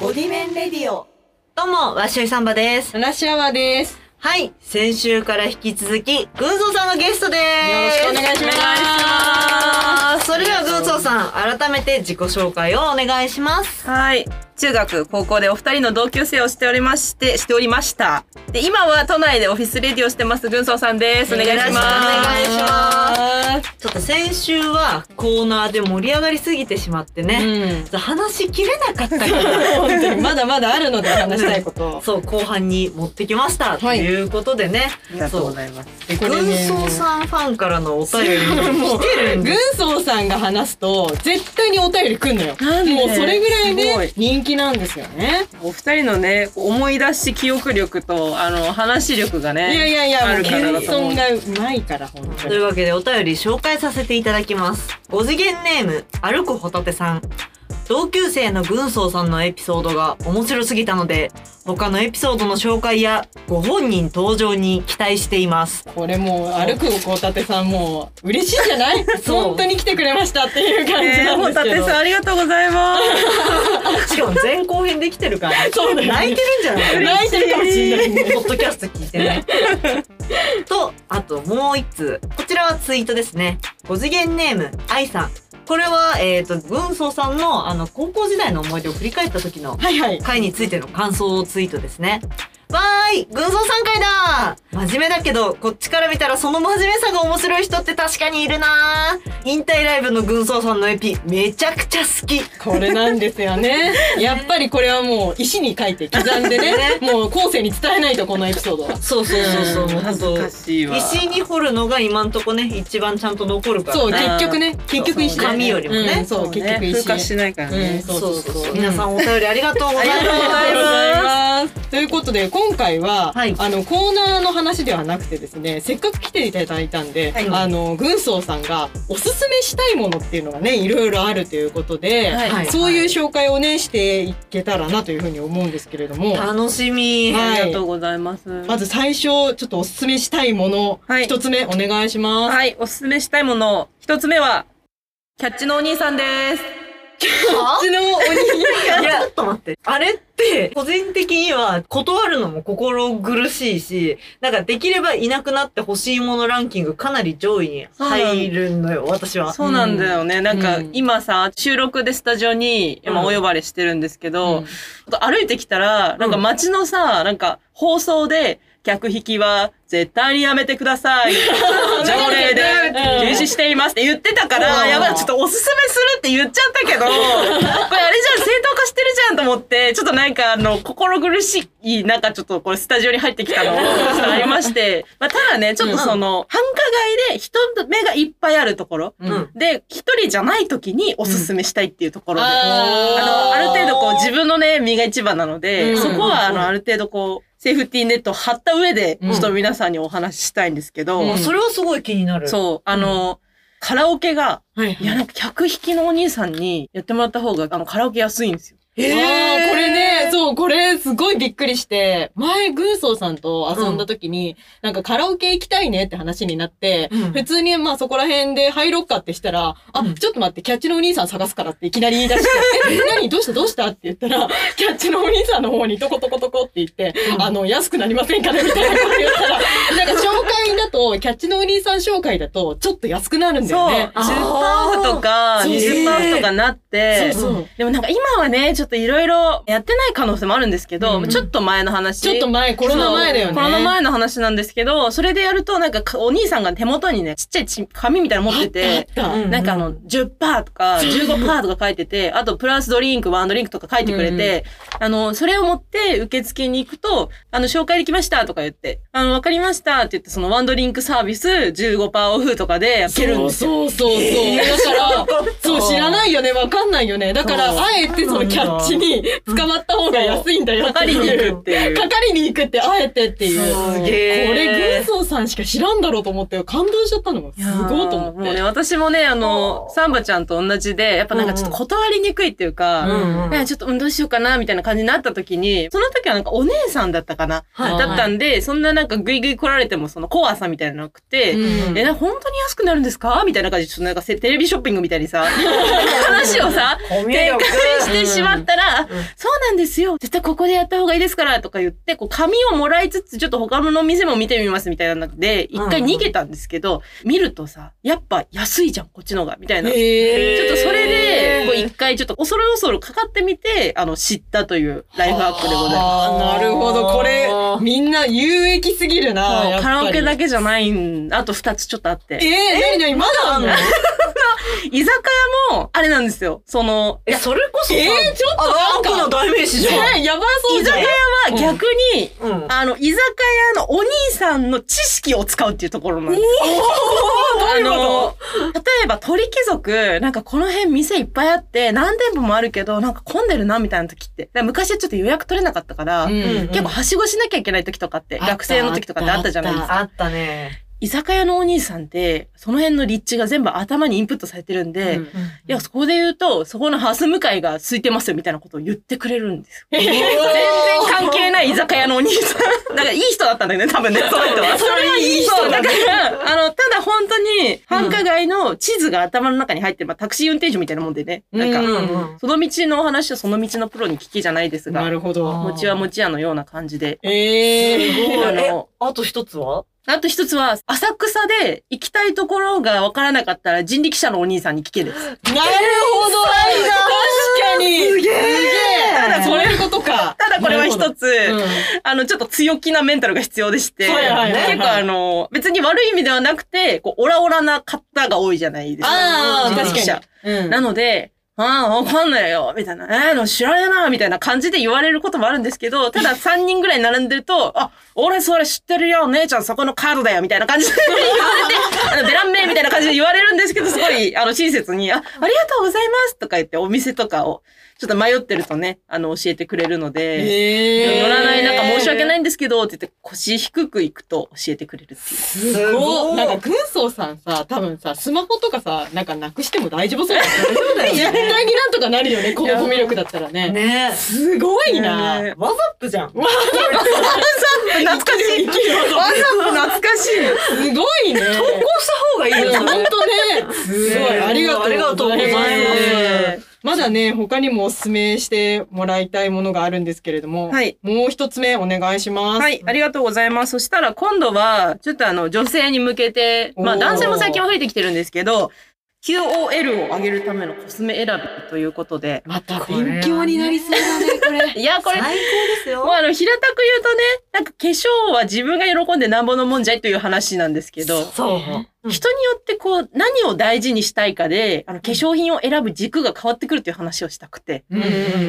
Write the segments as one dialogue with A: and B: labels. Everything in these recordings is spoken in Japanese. A: ボディメンレディオ。
B: どうも、わっしょいサンバです。
C: ラッシュアワーです。
B: はい、先週から引き続き、グーゾーさんがゲストです。
C: よろしくお願いします
B: お願いしますそれではグーゾーさん、改めて自己紹介をお願いします。
C: はい。中学、高校でお二人の同級生をしておりまして、しておりました。で、今は都内でオフィスレディをしてます、軍曹さんです。お願いします。
B: お願いし
C: ま
B: ちょっと先週はコーナーで盛り上がりすぎてしまってね、
C: す。
B: ちょっと話しきれなかった から、
C: うん。本当にまだまだあるので話したいことを。
B: そう、後半に持ってきました。
C: はい
B: ということでね、
C: ありがとうございます。
B: で
C: こ
B: 軍
C: れね
B: 曹さんファンからのお便りも来てるんで
D: 軍曹さんが話すと絶対にお便り来んのよ
C: なんで
D: もうそれぐらい
C: すごい
D: ね人気なんですよね
C: お二人のね、思い出し記憶力と、あの、話し力が
D: い
C: ね。
D: やいやいや
C: あ
D: もう
C: るからだ
D: 謙
C: と思う
D: 遜。がうまいから本当
B: とい
D: に
B: うわけでお便り紹介させていただきます。5次元ネーム、歩くホタテさん。同級生の軍曹さんのエピソードが面白すぎたので、他のエピソードの紹介やご本人登場に期待しています。
D: これもう歩くこうたてさんもう嬉しいんじゃない
B: そう
D: 本当に来てくれましたっていう感じ
C: えー、
D: な
C: ホ
D: んです
C: タ
D: け
C: テ
D: ど、
C: さんありがとうございます。
B: しかも前後編できてるから、
D: そうだよね
B: 泣いてるんじゃない
D: 泣いてるかもしれないね
B: ポッドキャスト聞いてね。 と、あともう一通。こちらはツイートですね。5次元ネーム、愛さん。これは、えっ、と、軍曹さんの、あの、高校時代の思い出を振り返った時の
D: はいはい
B: 回についての感想ツイートですね。わーい軍曹さん会だ真面目だけど、こっちから見たらその真面目さが面白い人って確かにいるなー引退ライブの軍曹さんのエピ、めちゃくちゃ好き
D: これなんですよねやっぱりこれはもう石に書いて刻んでねもう後世に伝えないとこのエピソードは
B: そうそうそうそう、 もう本
C: 恥
B: 当
C: ずかしいわ。
B: 石に掘るのが今んとこね、一番ちゃんと残るから。
D: そう
C: ね
D: 結局ね結局石だ
B: 紙よりもね
D: うんそう結局
C: ね風
D: 石
C: 化しないから
D: うん
C: ね。
B: そうそうそう
D: そうそうそう
B: 皆さんお便りありがとうございます。
C: ありがとうございます
D: ます。ということで今回は、
B: はい
D: あのコーナーの話ではなくてですねせっかく来ていただいたんで、
C: はい
D: あの軍曹さんがおすすめしたいものっていうのがねいろいろあるということで、
C: はい
B: はい
D: そういう紹介をねしていけたらなというふうに思うんですけれども、
B: 楽しみ。
D: はい
C: ありがとうございます。
D: まず最初ちょっとおすすめしたいもの一、
C: はい
D: つ目お願いします。
C: はい、おすすめしたいもの、一つ目は、キャッチのお兄さんです。
D: こっちのおに
B: いや、ちょっと待って。あれって、個人的には断るのも心苦しいし、なんかできればいなくなってほしいものランキングかなり上位に入るのよ、私は。
C: そうなんだよね。なんか、
D: うん
C: 今さ、収録でスタジオに、今
B: うん
C: お呼ばれしてるんですけ
D: う
C: ど、
D: ん
C: ちょっと歩いてきたら、なんか街のさ、なんか放送で、客引きは絶対にやめてください。条例で
D: うん
C: 禁止していますって言ってたから、
B: うん
C: やばい、ちょっとおすすめするって言っちゃったけど、これあれじゃん、正当化してるじゃんと思って、ちょっとなんかあの、心苦しい、なんかちょっとこれスタジオに入ってきたのがありまして、まあただね、ちょっとその、繁華街で人目がいっぱいあるところ、
B: うん。
C: で、一人じゃない時におすすめしたいっていうところで、あ
D: あ
C: の、ある程度こう
D: じ
C: 自分のね、身が一番なので、
D: うん
C: そこはあ
B: うん
C: の、ある程度こう、セーフティーネットを張った上で、ち
D: うん
C: ょっと皆さんにお話ししたいんですけど、
D: うん
B: あそれはすごい気になる。う。
C: そう、あの、カラオケが、
D: はいはい
C: いや、なんか客引きのお兄さんにやってもらった方が、あの、カラオケ安いんですよ。
B: え
D: あーこれね、
B: う。
D: そう、これすごいびっくりして、前、軍曹さんと遊んだ時に、なんかカラオケ行きたいねって話になって、
B: うん
D: 普通にまあそこら辺で入ろっかってしたら、
B: うん
D: あ、ちょっと待って、キャッチのお兄さん探すからっていきなり言い出して、え、何どうしたどうしたって言ったら、キャッチのお兄さんの方にトコトコトコって言って、
B: うん
D: あの、安くなりませんかねみたいなこと言ったら、なんか紹介だと、キャッチのお兄さん紹介だと、ちょっと安くなるんだよね。
B: あー
C: 10%オフとか、
D: そう
C: 20%オフとかなって、
D: そうそう。
C: でもなんか今はね、ちょっといろいろやってない可能性もあるんですけど、
D: うん
C: ちょっと前の話。
D: ちょっと前、コロナ前だよね。
C: コロナ前の話なんですけど、それでやるとなんかお兄さんが手元にね、ちっちゃいち紙みたいなの持
D: あ
C: って、
D: ってたあった。
B: うん
C: なんかあの、10%と か15%とか書いてて、あとプラスドリンク、ワンドリンクとか書いてくれて、あの、それを持って受付に行くと、あの、紹介できましたとか言って、あの、わかりましたって言って、そのワンドリンクサービス15%オフとかでやってるんですよ。
D: そうそうそうそう。だから、そう、知らないよね、わかんないよね。だから、
C: そう
D: あえてそのキャッチに捕まった方が安いんだよって
C: 係に
D: い
C: 行
D: う
C: くっ。てい う。
D: かかりに行くって、あえてっていう。こ
B: すげえ。
D: れ、軍曹さんしか知らんだろうと思って、感動しちゃったのが、
C: いや
D: す
C: ー
D: ごいと思っ
C: もうね、
D: て。
C: 私もね、あの、サンバちゃんと同じで、やっぱなんかちょっと断りにくいっていうか、
D: うん
B: うんうん
C: ねちょっとうんどうしようかなみたいな感じになった時に、その時はなんかお姉さんだったかな、
B: はい
C: だったんで、そんななんかグイグイ来られてもその怖さみたいなのなくて、
D: うん
C: え、な本当に安くなるんですかみたいな感じで、ちょっとなんかせテレビショッピングみたい にさ、話をさ、
B: コミュ
C: 展
B: 力
C: 開してしまったら、あ
B: うん
C: そうなんですよ。絶対ここでやった方がいいですから、とか言って、こう、紙をもらいつつ、ちょっと他の店も見てみますみたいなので、一回逃げたんですけど、見るとさ、やっぱ安いじゃん、こっちのが、みたいな。ちょっ
D: え
C: とそれ
D: へ
C: で、
D: ー
C: こう一回ちょっと恐る恐るかかってみて、あの、知ったというライフハックでございます。
D: あーなるほど。これ、みんな有益すぎるな。
C: そうカラオケだ
D: け。
C: けじゃないん、あと二つちょっとあって。
D: えー、なになにまだあんの
C: 居酒屋も、あれなんですよ。その、
B: え、それこそさ、
D: えーちょっと
B: あ
D: な
B: ラ
D: ん
B: ン
D: か
B: クの代名詞じゃん。
D: ねやばそう
C: 居
D: じゃん
C: 酒。屋は逆に、
B: うん。
C: あの、居酒屋のお兄さんの知識を使うっていうところなんです。あの、例えば鳥貴族、なんかこの辺店いっぱいあって、何店舗もあるけど、なんか混んでるなみたいな時って。だから昔はちょっと予約取れなかったから、
B: ん
C: 結構はしごしなきゃいけない時とかって、
D: あった
C: 学生の時とかってあったじゃないですか。
B: あったね。
C: 居酒屋のお兄さんって、その辺の立地が全部頭にインプットされてるんで、
D: うん
C: いや、そこで言うと、そこのハス向かいが空いてますよみたいなことを言ってくれるんです
D: えー
C: よ。
B: 全然
C: 全然関係ない居酒屋のお兄さ ん。だからいい人だったんだよね、多分ね、その人は。
D: それはいい人
C: そう、
D: だ
C: だから、あの、ただ本当に、繁華街の地図が頭の中に入ってる、まあ、タクシー運転手みたいなもんでね、なんか、
D: うん
C: その道のお話をその道のプロに聞きじゃないです
D: な
C: が、
D: るほど。
C: 持ちは持ち屋のような感じで。
D: えー、
B: すごい
C: あ
B: え
C: の、
B: あと一つは
C: あと一つは、浅草で行きたいところがわからなかったら人力車のお兄さんに聞けです。
D: なるほど。確かに。すげえ。ただ、そういうことか。
C: ただこれは一つ、
D: うん。
C: あの、ちょっと強気なメンタルが必要でして、
D: はいはいはいはい
C: 結構あの、別に悪い意味ではなくて、こう、オラオラな方が多いじゃないです
D: あ
B: ー
C: 人力車
D: 確うん
C: なので、ああ、わかんないよ、みたいな、えー、知らねえな、みたいな感じで言われることもあるんですけど、ただ3人ぐらい並んでると、あ、俺それ知ってるよ、姉ちゃんそこのカードだよ、みたいな感じで言われて、あの、ベランメイみたいな感じで言われるんですけど、すごい、あの、親切に、あ、ありがとうございます、とか言って、お店とかを、ちょっと迷ってるとね、あの、教えてくれるので、
D: えー。
C: 乗らない、なんか申し訳ないいんですけど、って言って腰低く行くと教えてくれるっていう。
D: すごい。なんか、軍曹さんさ、多分さ、スマホとかさ、なんかなくしても大丈夫そうだよね。
B: そうだ
D: 絶対になんとかなるよね、このコミュ力だったらね。
B: ね
D: すごいな。
C: ね
B: え。ワザップじゃん。
C: 懐かしい。わざと懐かしい。
D: すごいね。
B: 投稿した方がいいよ。
D: 本当ね。すごい。ありが
B: ありが
D: と
B: と
D: う
B: う
D: ご
B: ご
D: ざ
B: ざ
D: い
B: い
D: ま。
B: ます
D: まだね、他にもお勧めしてもらいたいものがあるんですけれども、
C: はい
D: もう一つ目お願いします。
C: はい、ありがとうございます。そしたら今度は、ちょっとあの、女性に向けて、まあ
D: おー
C: 男性も最近は増えてきてるんですけど、QOL を上げるためのコスメ選びということで。
D: また
B: これはね
D: 勉強になりそうだね、これ。
C: いや、これ、
B: 最高
C: も
B: です
C: う
B: よ。
C: あの、平たく言うとね、なんか化粧は自分が喜んでなんぼのもんじゃいという話なんですけど、
B: そう。
C: 人によってこう何を大事にしたいかで、あの化粧品を選ぶ軸が変わってくるという話をしたくて、
B: うんう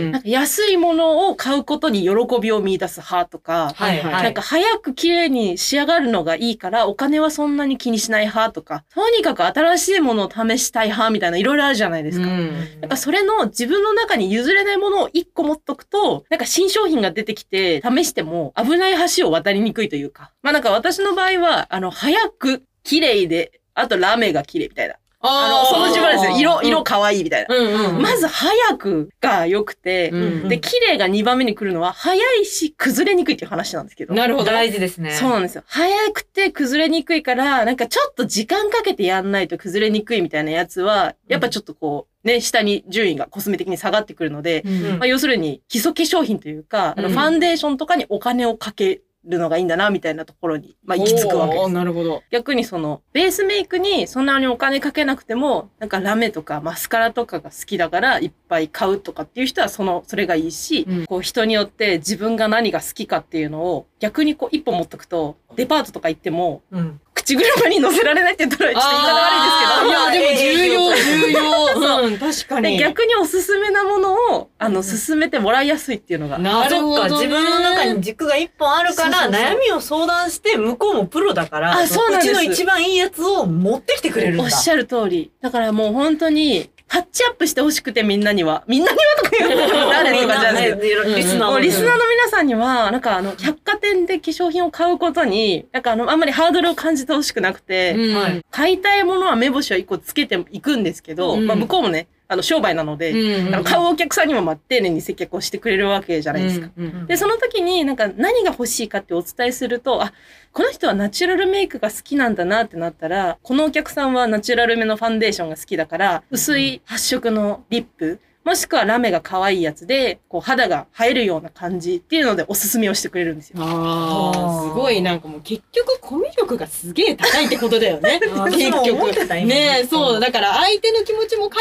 B: ん
C: なんか安いものを買うことに喜びを見出す派とか、
B: はいはい。
C: なんか早く綺麗に仕上がるのがいいからお金はそんなに気にしない派とか、とにかく新しいものを試したい派みたいないろいろあるじゃないですか。
D: うん
C: なんかそれの自分の中に譲れないものを一個持っとくと、なんか新商品が出てきて試しても危ない橋を渡りにくいというか。まあなんか私の場合は、あの、早く、綺麗で、あとラメが綺麗みたいな。あの、その順番ですよ。色、色可愛いみたいな。
D: うんうんうん。
C: まず早くが良くて、
D: うん
C: で、綺麗が2番目に来るのは、早いし崩れにくいっていう話なんですけど。
D: なるほど。
B: 大事ですね。
C: そうなんですよ。早くて崩れにくいから、なんかちょっと時間かけてやんないと崩れにくいみたいなやつは、やっぱちょっとこう、ね、下に順位がコスメ的に下がってくるので、
D: うん
C: まあ、要するに基礎化粧品というか、あの
D: うん
C: ファンデーションとかにお金をかけるのがいいんだな、みたいなところに、まあ、行き着くわけで
D: おー
C: す。
D: なるほど。
C: 逆にその、ベースメイクにそんなにお金かけなくても、なんかラメとかマスカラとかが好きだからいっぱい買うとかっていう人はその、それがいいし、
D: うん
C: こう人によって自分が何が好きかっていうのを逆にこう一歩持っとくと、デパートとか行っても、
B: うん。
C: 口車に乗せられないって言ったらちょっと言い方悪いですけど。
D: あーいや、でも重要、重要。うん、確か
C: で
D: に。
C: 逆におすすめなものを、あの、勧めてもらいやすいっていうのが。
D: なるほど、
B: そ
D: ね。
B: っか、自分の中に軸が一本あるから、
C: そうそうそう
B: 悩みを相談して、向こうもプロだから、
C: あそうなんで
B: ち
C: す
B: の一番いいやつを持ってきてくれるんだ。
C: おっしゃる通り。だからもう本当に、パッチアップしてほしくてみんなには。みんなにはとか言うと誰とかじゃない。
B: ねリスナー
C: も
B: も
C: う
B: ね
C: リスナーの皆さんには、なんかあの、百貨店で化粧品を買うことに、なんかあの、あんまりハードルを感じてほしくなくて、
D: うん
B: はい
C: 買いたいものは目星を一個つけていくんですけど、
D: うん
C: まあ向こうもね、あの、商売なので、あの買うお客さんにもまあ丁寧に接客をしてくれるわけじゃないですか。
D: うんうん
C: で、その時になんか何が欲しいかってお伝えすると、あ、この人はナチュラルメイクが好きなんだなってなったら、このお客さんはナチュラルめのファンデーションが好きだから、薄い発色のリップ、もしくはラメが可愛いやつで、こう肌が映えるような感じっていうのでおすすめをしてくれるんですよ。
D: あ
B: あ
D: あ、す
B: ー
D: ごいなんかもう結局コミュ力がすげえ高いってことだよね。
B: 私も思ってた今
D: ねえ、そう。だから相手の気持ちも考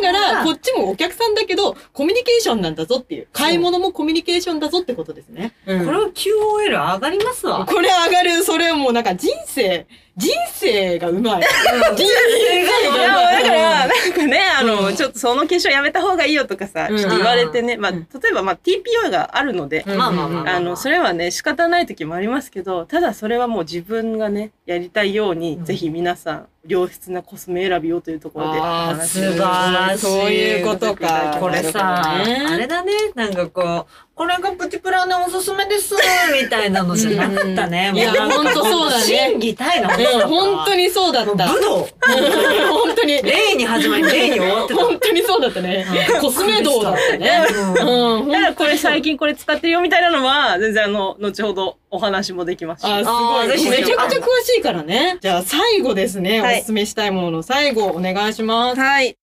D: えなが
B: う
D: ら、
B: ん
D: こっちもお客さんだけど、コミュニケーションなんだぞっていう。買い物もコミュニケーションだぞってことですね。
B: これは QOL 上がりますわ。
D: これ上がる、それはもうなんか人生、人生がうまい。人生
C: いや、
D: がうま
C: だ
D: い。
C: から、なんかね、あの、
D: うん
C: ちょっとその化粧やめた方がいいよとかさ、
D: うん
C: ちょっと言われてね、まあ、
D: う
C: 例
D: ん
C: えば、まあ、TPO があるので、
D: うん
B: まあまあまあま
C: あの、それはね、仕方ない時もありますけど、ただそれはもう自分がね、やりたいように、
B: うん
C: ぜひ皆さん、良質なコスメ選びをというところで、
D: あー
C: お話
B: 素晴らしい
D: そういうことか。
B: これさ、
D: なるほどね
B: あれだね、なんかこう、これがプチプラのおすすめです、みたいなのじゃなかったね。
D: うんいや
B: もなんか
D: ほんとそうだね
B: 審議たいな
D: うん、本当
B: に。
D: にそうだった。
B: 武道
D: 本当に。
B: 例に始まり、例に終わってた。
D: 本当にそうだったね。コスメ道だったね。うん、ほん
C: だからこれ最近これ使ってるよみたいなのは、全然あの、後ほどお話もできますし。
D: あ、す
B: あ
D: ご
B: ー
D: い。
B: ぜひ
C: ぜひ
D: めちゃくちゃ詳しいからね。じゃあ最後ですね。
C: はい
D: おすすめしたいものの最後お願いします。
C: はい。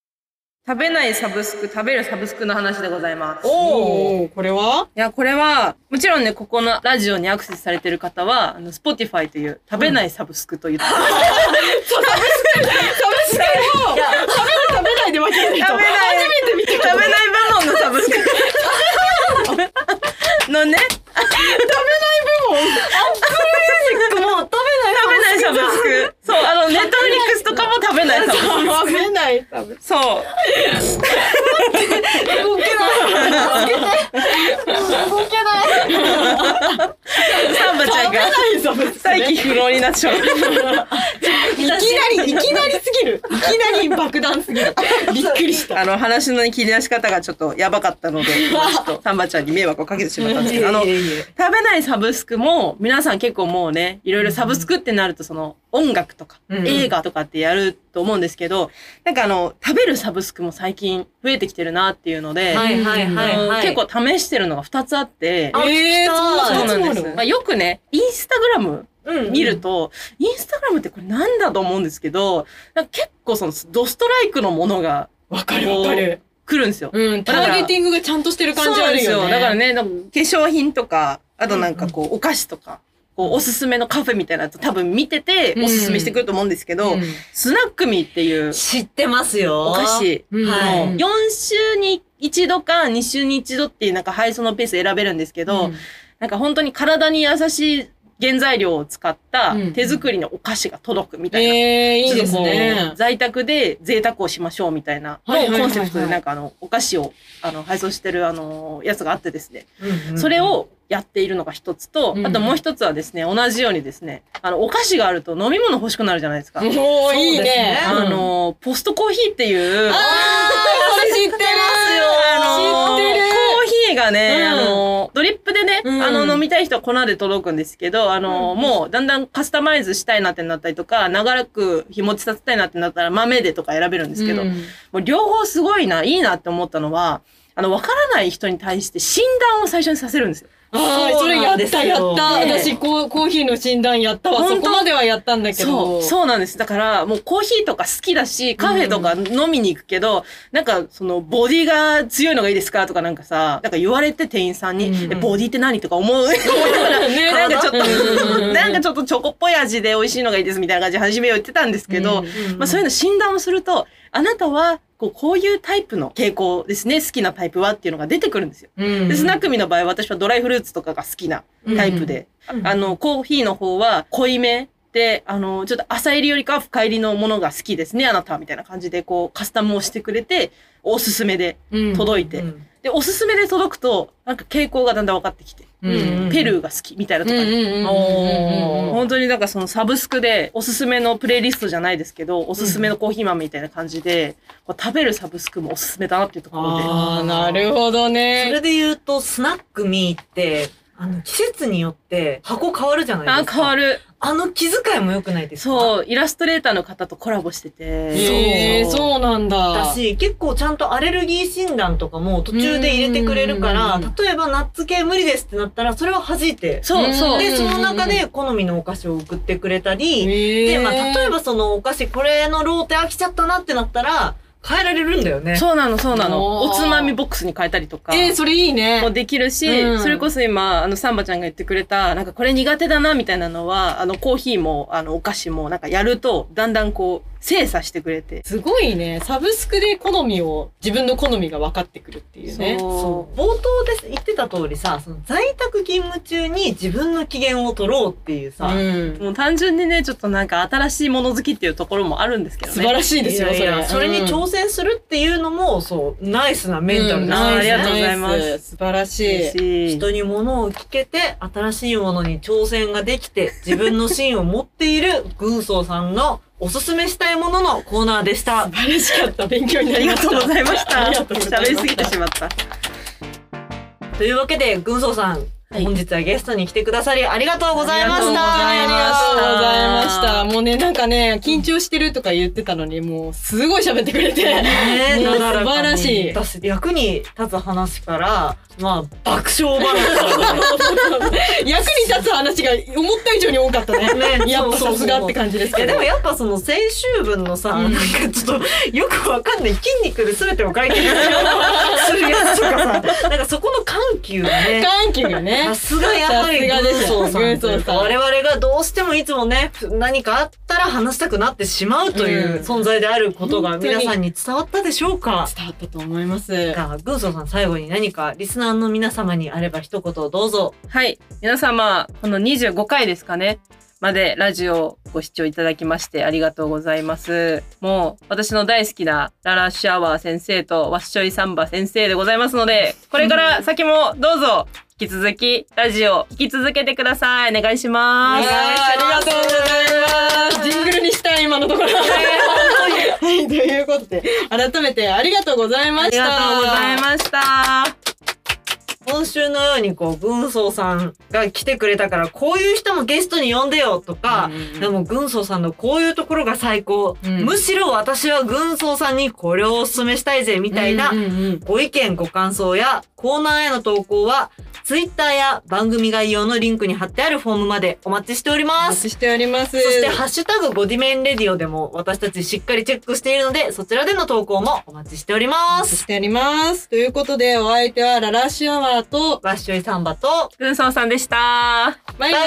C: 食べないサブスク、食べるサブスクの話でございます。
B: おー
D: おー、これはい
C: や、これは、もちろんね、ここのラジオにアクセスされてる方は、あの、Spotify という、食べないサブスクと いう、
D: 食べ食べ食べないで分ける人。
C: 食べない
D: 初めて見て
C: 食べない部門のサブスク。 のね、
B: もう食
C: 食べないサブスク。そう、あの、ネットフリックスとかも食べないサブス
D: 食べない。
C: ク。そう。
B: べ動けない。動けない。
C: サンバちゃんが、
D: 食べない。
C: 再起不能になっちゃう。
D: いきなり、いきなりすぎる。いきなり爆弾すぎる。びっくりした。
C: あの、話の切り出し方がちょっとやばかったので、ちょっとサンバちゃんに迷惑をかけてしまったんですけど、あの、食べないサブスクも皆さん結構もうねいろいろサブスクってなるとその音楽とか
B: うん
C: 映画とかってやると思うんですけど、なんかあの食べるサブスクも最近増えてきてるなっていうので、
B: はいはいはいはい。
C: 結構試してるのが2つあって
B: あ。
D: えー
B: 聞きたい
C: そうなんで
D: そうな
C: す、
D: の
C: まあ、よくねインスタグラム
B: うん
C: 見ると、インスタグラムってこれなんだと思うんですけどなんか結構そのドストライクのものが
D: わかるわかる。
C: 来るんですよ。
D: うん、タ
C: だから
D: ーゲティングがちゃんとしてる感じある
C: そう
D: よ
C: なんです
D: ね。
C: だからね、なんか化粧品とか、あとなんかこう、お菓子とか、こう、おすすめのカフェみたいなやつ多分見てて、
D: うん
C: おすすめしてくると思うんですけど、
D: うん
C: スナックミーっていう
B: 知ってますよ。
C: お菓子、
D: うん
B: はい
C: 4週に1度か2週に1度っていうなんか配送のペース選べるんですけ
D: う
C: ど、
D: ん
C: なんか本当に体に優しい原材料を使った
D: うん
C: 手作りのお菓子が届くみたいな。
D: ええいいです
C: ちょっとこ
D: ね
C: う。在宅で贅沢をしましょうみたいな、
D: はいはいはいはい
C: コンセプトでなんかあの、お菓子を、あの、配送してるあの、やつがあってですね。
B: うんうん
C: それをやっているのが一つと、
D: うん
C: あともう一つはですね、同じようにですね、あの、お菓子があると飲み物欲しくなるじゃないですか。
D: もういい
B: そうですね
D: ね。
C: あの、ポストコーヒーっていう、
D: ああ、それ知ってますよ。
C: あの
D: 知ってる。
C: コーヒーがね、
D: うん
C: あの、ドリップでね、
D: うん
C: あの、飲みたい人は粉で届くんですけど、あの、もう、だんだんカスタマイズしたいなってなったりとか、長らく日持ちさせたいなってなったら、豆でとか選べるんですけど、
D: うん
C: もう両方すごいな、いいなって思ったのは、あの、わからない人に対して診断を最初にさせるんですよ。
D: ああ、
B: そ
D: そうれ
B: な
D: や
B: ん
D: っ
B: ですよ
D: た、やった。
B: ね
D: 私、コーコーヒーの診断やったわ。
C: 本
D: そ
C: 当
D: こまではやったんだけ
C: そ
D: ど。
C: う、そうなんです。だから、もうコーヒーとか好きだし、カフェとか飲みに行くけど、なんか、その、ボディが強いのがいいですかとかなんかさ、なんか言われて店員さんに、
D: うん
C: えボディって何とか 思う。思いながら
D: ね
C: なんかちょっ
D: う
C: と、
D: ん
C: なんかちょっとチョコっぽい味で美味しいのがいいですみたいな感じで初めは言ってたんですけど、
D: うん
B: うん
C: まあそういうの診断をすると、あなたは、こう、こういうタイプの傾向ですね、好きなタイプはっていうのが出てくるんですよ。
D: うん
C: で、スナックミの場合、私はドライフルーツとかが好きなタイプで、
B: うん
C: あの、コーヒーの方は濃いめで、あの、ちょっと朝入りよりかは深入りのものが好きですね、あなた、みたいな感じで、こう、カスタムをしてくれて、おすすめで
D: うん
C: 届いて、
B: うん
C: で、おすすめで届くと、なんか傾向がだんだん分かってきて、
D: うんうん
C: ペルーが好き、みたいなと
D: うん
C: か、
D: うんうんうん
B: お
C: 本当になんかそのサブスクで、おすすめのプレイリストじゃないですけど、おすすめのコーヒー豆みたいな感じで、こう食べるサブスクもおすすめだなっていうところで。
D: ああ、なるほど
B: それ
D: ね。
B: で言うと、スナックミーって、あの、季節によって箱変わるじゃない
C: あ
B: です
C: ー、
B: か。
C: 変わる。
B: あの気遣いも良くないですかう。
C: そう、イラストレーターの方とコラボして
D: へ
C: て。
D: えそうなん
B: だ
D: だ。
B: し、結構ちゃんとアレルギー診断とかも途中で入れてくれるから、
D: うん
B: 例えばナッツ系無理ですってなったら、それは弾いて。
C: そうう、
D: ん
C: そう。
B: で、その中で好みのお菓子を送ってくれたり、
D: で
B: で、まあ、例えばそのお菓子、これのローテ飽きちゃったなってなったら、変えられるんだよね。
C: そうなの、そうなの。
D: おー
C: おつまみボックスに変えたりとか。
D: えー、それいいね。
C: もできるし、
D: うん
C: それこそ今、あの、サンバちゃんが言ってくれた、なんかこれ苦手だな、みたいなのは、あの、コーヒーも、あの、お菓子も、なんかやると、だんだんこう、精査してくれて。
D: すごいね。サブスクで好みを、自分の好みが分かってくるっていうね。
C: そ
B: そう冒頭で言ってた通りさ、その在宅勤務中に自分の機嫌を取ろうっていうさ、
D: ん
C: う。もう単純にね、ちょっとなんか新しいもの好きっていうところもあるんですけどね。
D: 素晴らしい
B: い
D: ですよ、
B: やい
D: それ
B: や。それに挑戦するっていうのも、そう、ナイスなメンタル
C: うん
B: な、
C: あーありがとうございます
D: す。素晴らしい。
C: しい。
B: 人に物を聞けて、新しいものに挑戦ができて、自分の芯を持っている軍曹さんのおすすめしたいもののコーナーでし た。
D: 素晴らしかった。勉強に
C: あ
D: な
C: り
D: りま
C: が
D: した。
C: とうござい ました。
D: ありがとうございま
C: 喋
D: した
C: りすぎてしまった。
B: というわけで、軍曹さん、
C: はい
B: 本日はゲストに来てくださりありがとうございました。
C: ありがとうございました
D: ありがとうございました。もうね、なんかね、緊張してるとか言ってたのに、もう、すごい喋ってくれて。
B: ね
D: ね
B: なだらかに
D: 素晴らしい
B: 私役に立つ話から、まあ、爆笑話からね
D: 役に立つ話が思った以上に多かったね。
B: ね
D: やっぱ
B: そうそうそう
D: さすがって感じです
B: い
D: け
B: や
D: ど。
B: でもやっぱその先週分のさ、
D: うん
B: なんかちょっとよくわかんない筋肉で全てを解決しようとするやつとかさ、なんかそこの緩急がね、
D: 緩急がね
B: さ。すがやはり
D: さすがです
B: 軍曹さんとい
D: 軍
B: う
D: 曹さ
B: か
D: ん
B: 我々がどうしてもいつもね何かあったら話したくなってしまうという
D: うん
B: 存在であることが
D: 本当に
B: 皆さんに伝わったでしょうか
D: 伝わったと思います。
B: が軍曹さん最後に何かリスナーの皆様にあれば一言どうぞ
C: はい。皆様、この25回ですかね。までラジオをご視聴いただきましてありがとうございます。もう私の大好きなララッシュアワー先生とワッショイサンバ先生でございますので、これから先もどうぞ引き続きラジオ聞き続けてください。お願いし
D: あ
C: ます。
D: ーありがとうございます。ジングルにしたい、今のところ。はい、ということで、改めてありがとうございま
C: あ
D: し
C: り
D: た。
C: がとうございました。
B: 今週のようにこう軍曹さんが来てくれたからこういう人もゲストに呼んでよとか、でも軍曹さんのこういうところが最高、
D: うん
B: むしろ私は軍曹さんにこれをお勧めしたいぜみたいな、
D: うんうんうん
B: ご意見、ご感想やコーナーへの投稿は、ツイッターや番組概要のリンクに貼ってあるフォームまでお待ちしており
D: お
B: ま
D: 待
B: す。
D: ちしております。
B: そして、ハッシュタグゴディメンレディオでも私たちしっかりチェックしているので、そちらでの投稿もお待ちしており
D: お
B: ま
D: 待ち
B: す。
D: しております。ということで、お相手はララッシュアワーと、
B: バッシュイサンバと、
C: 軍曹さんでした。
D: バイ
B: バイ
D: バ
B: バ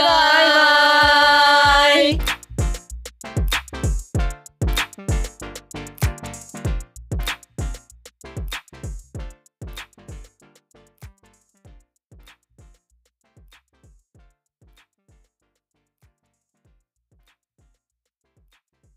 D: イ
B: イバイ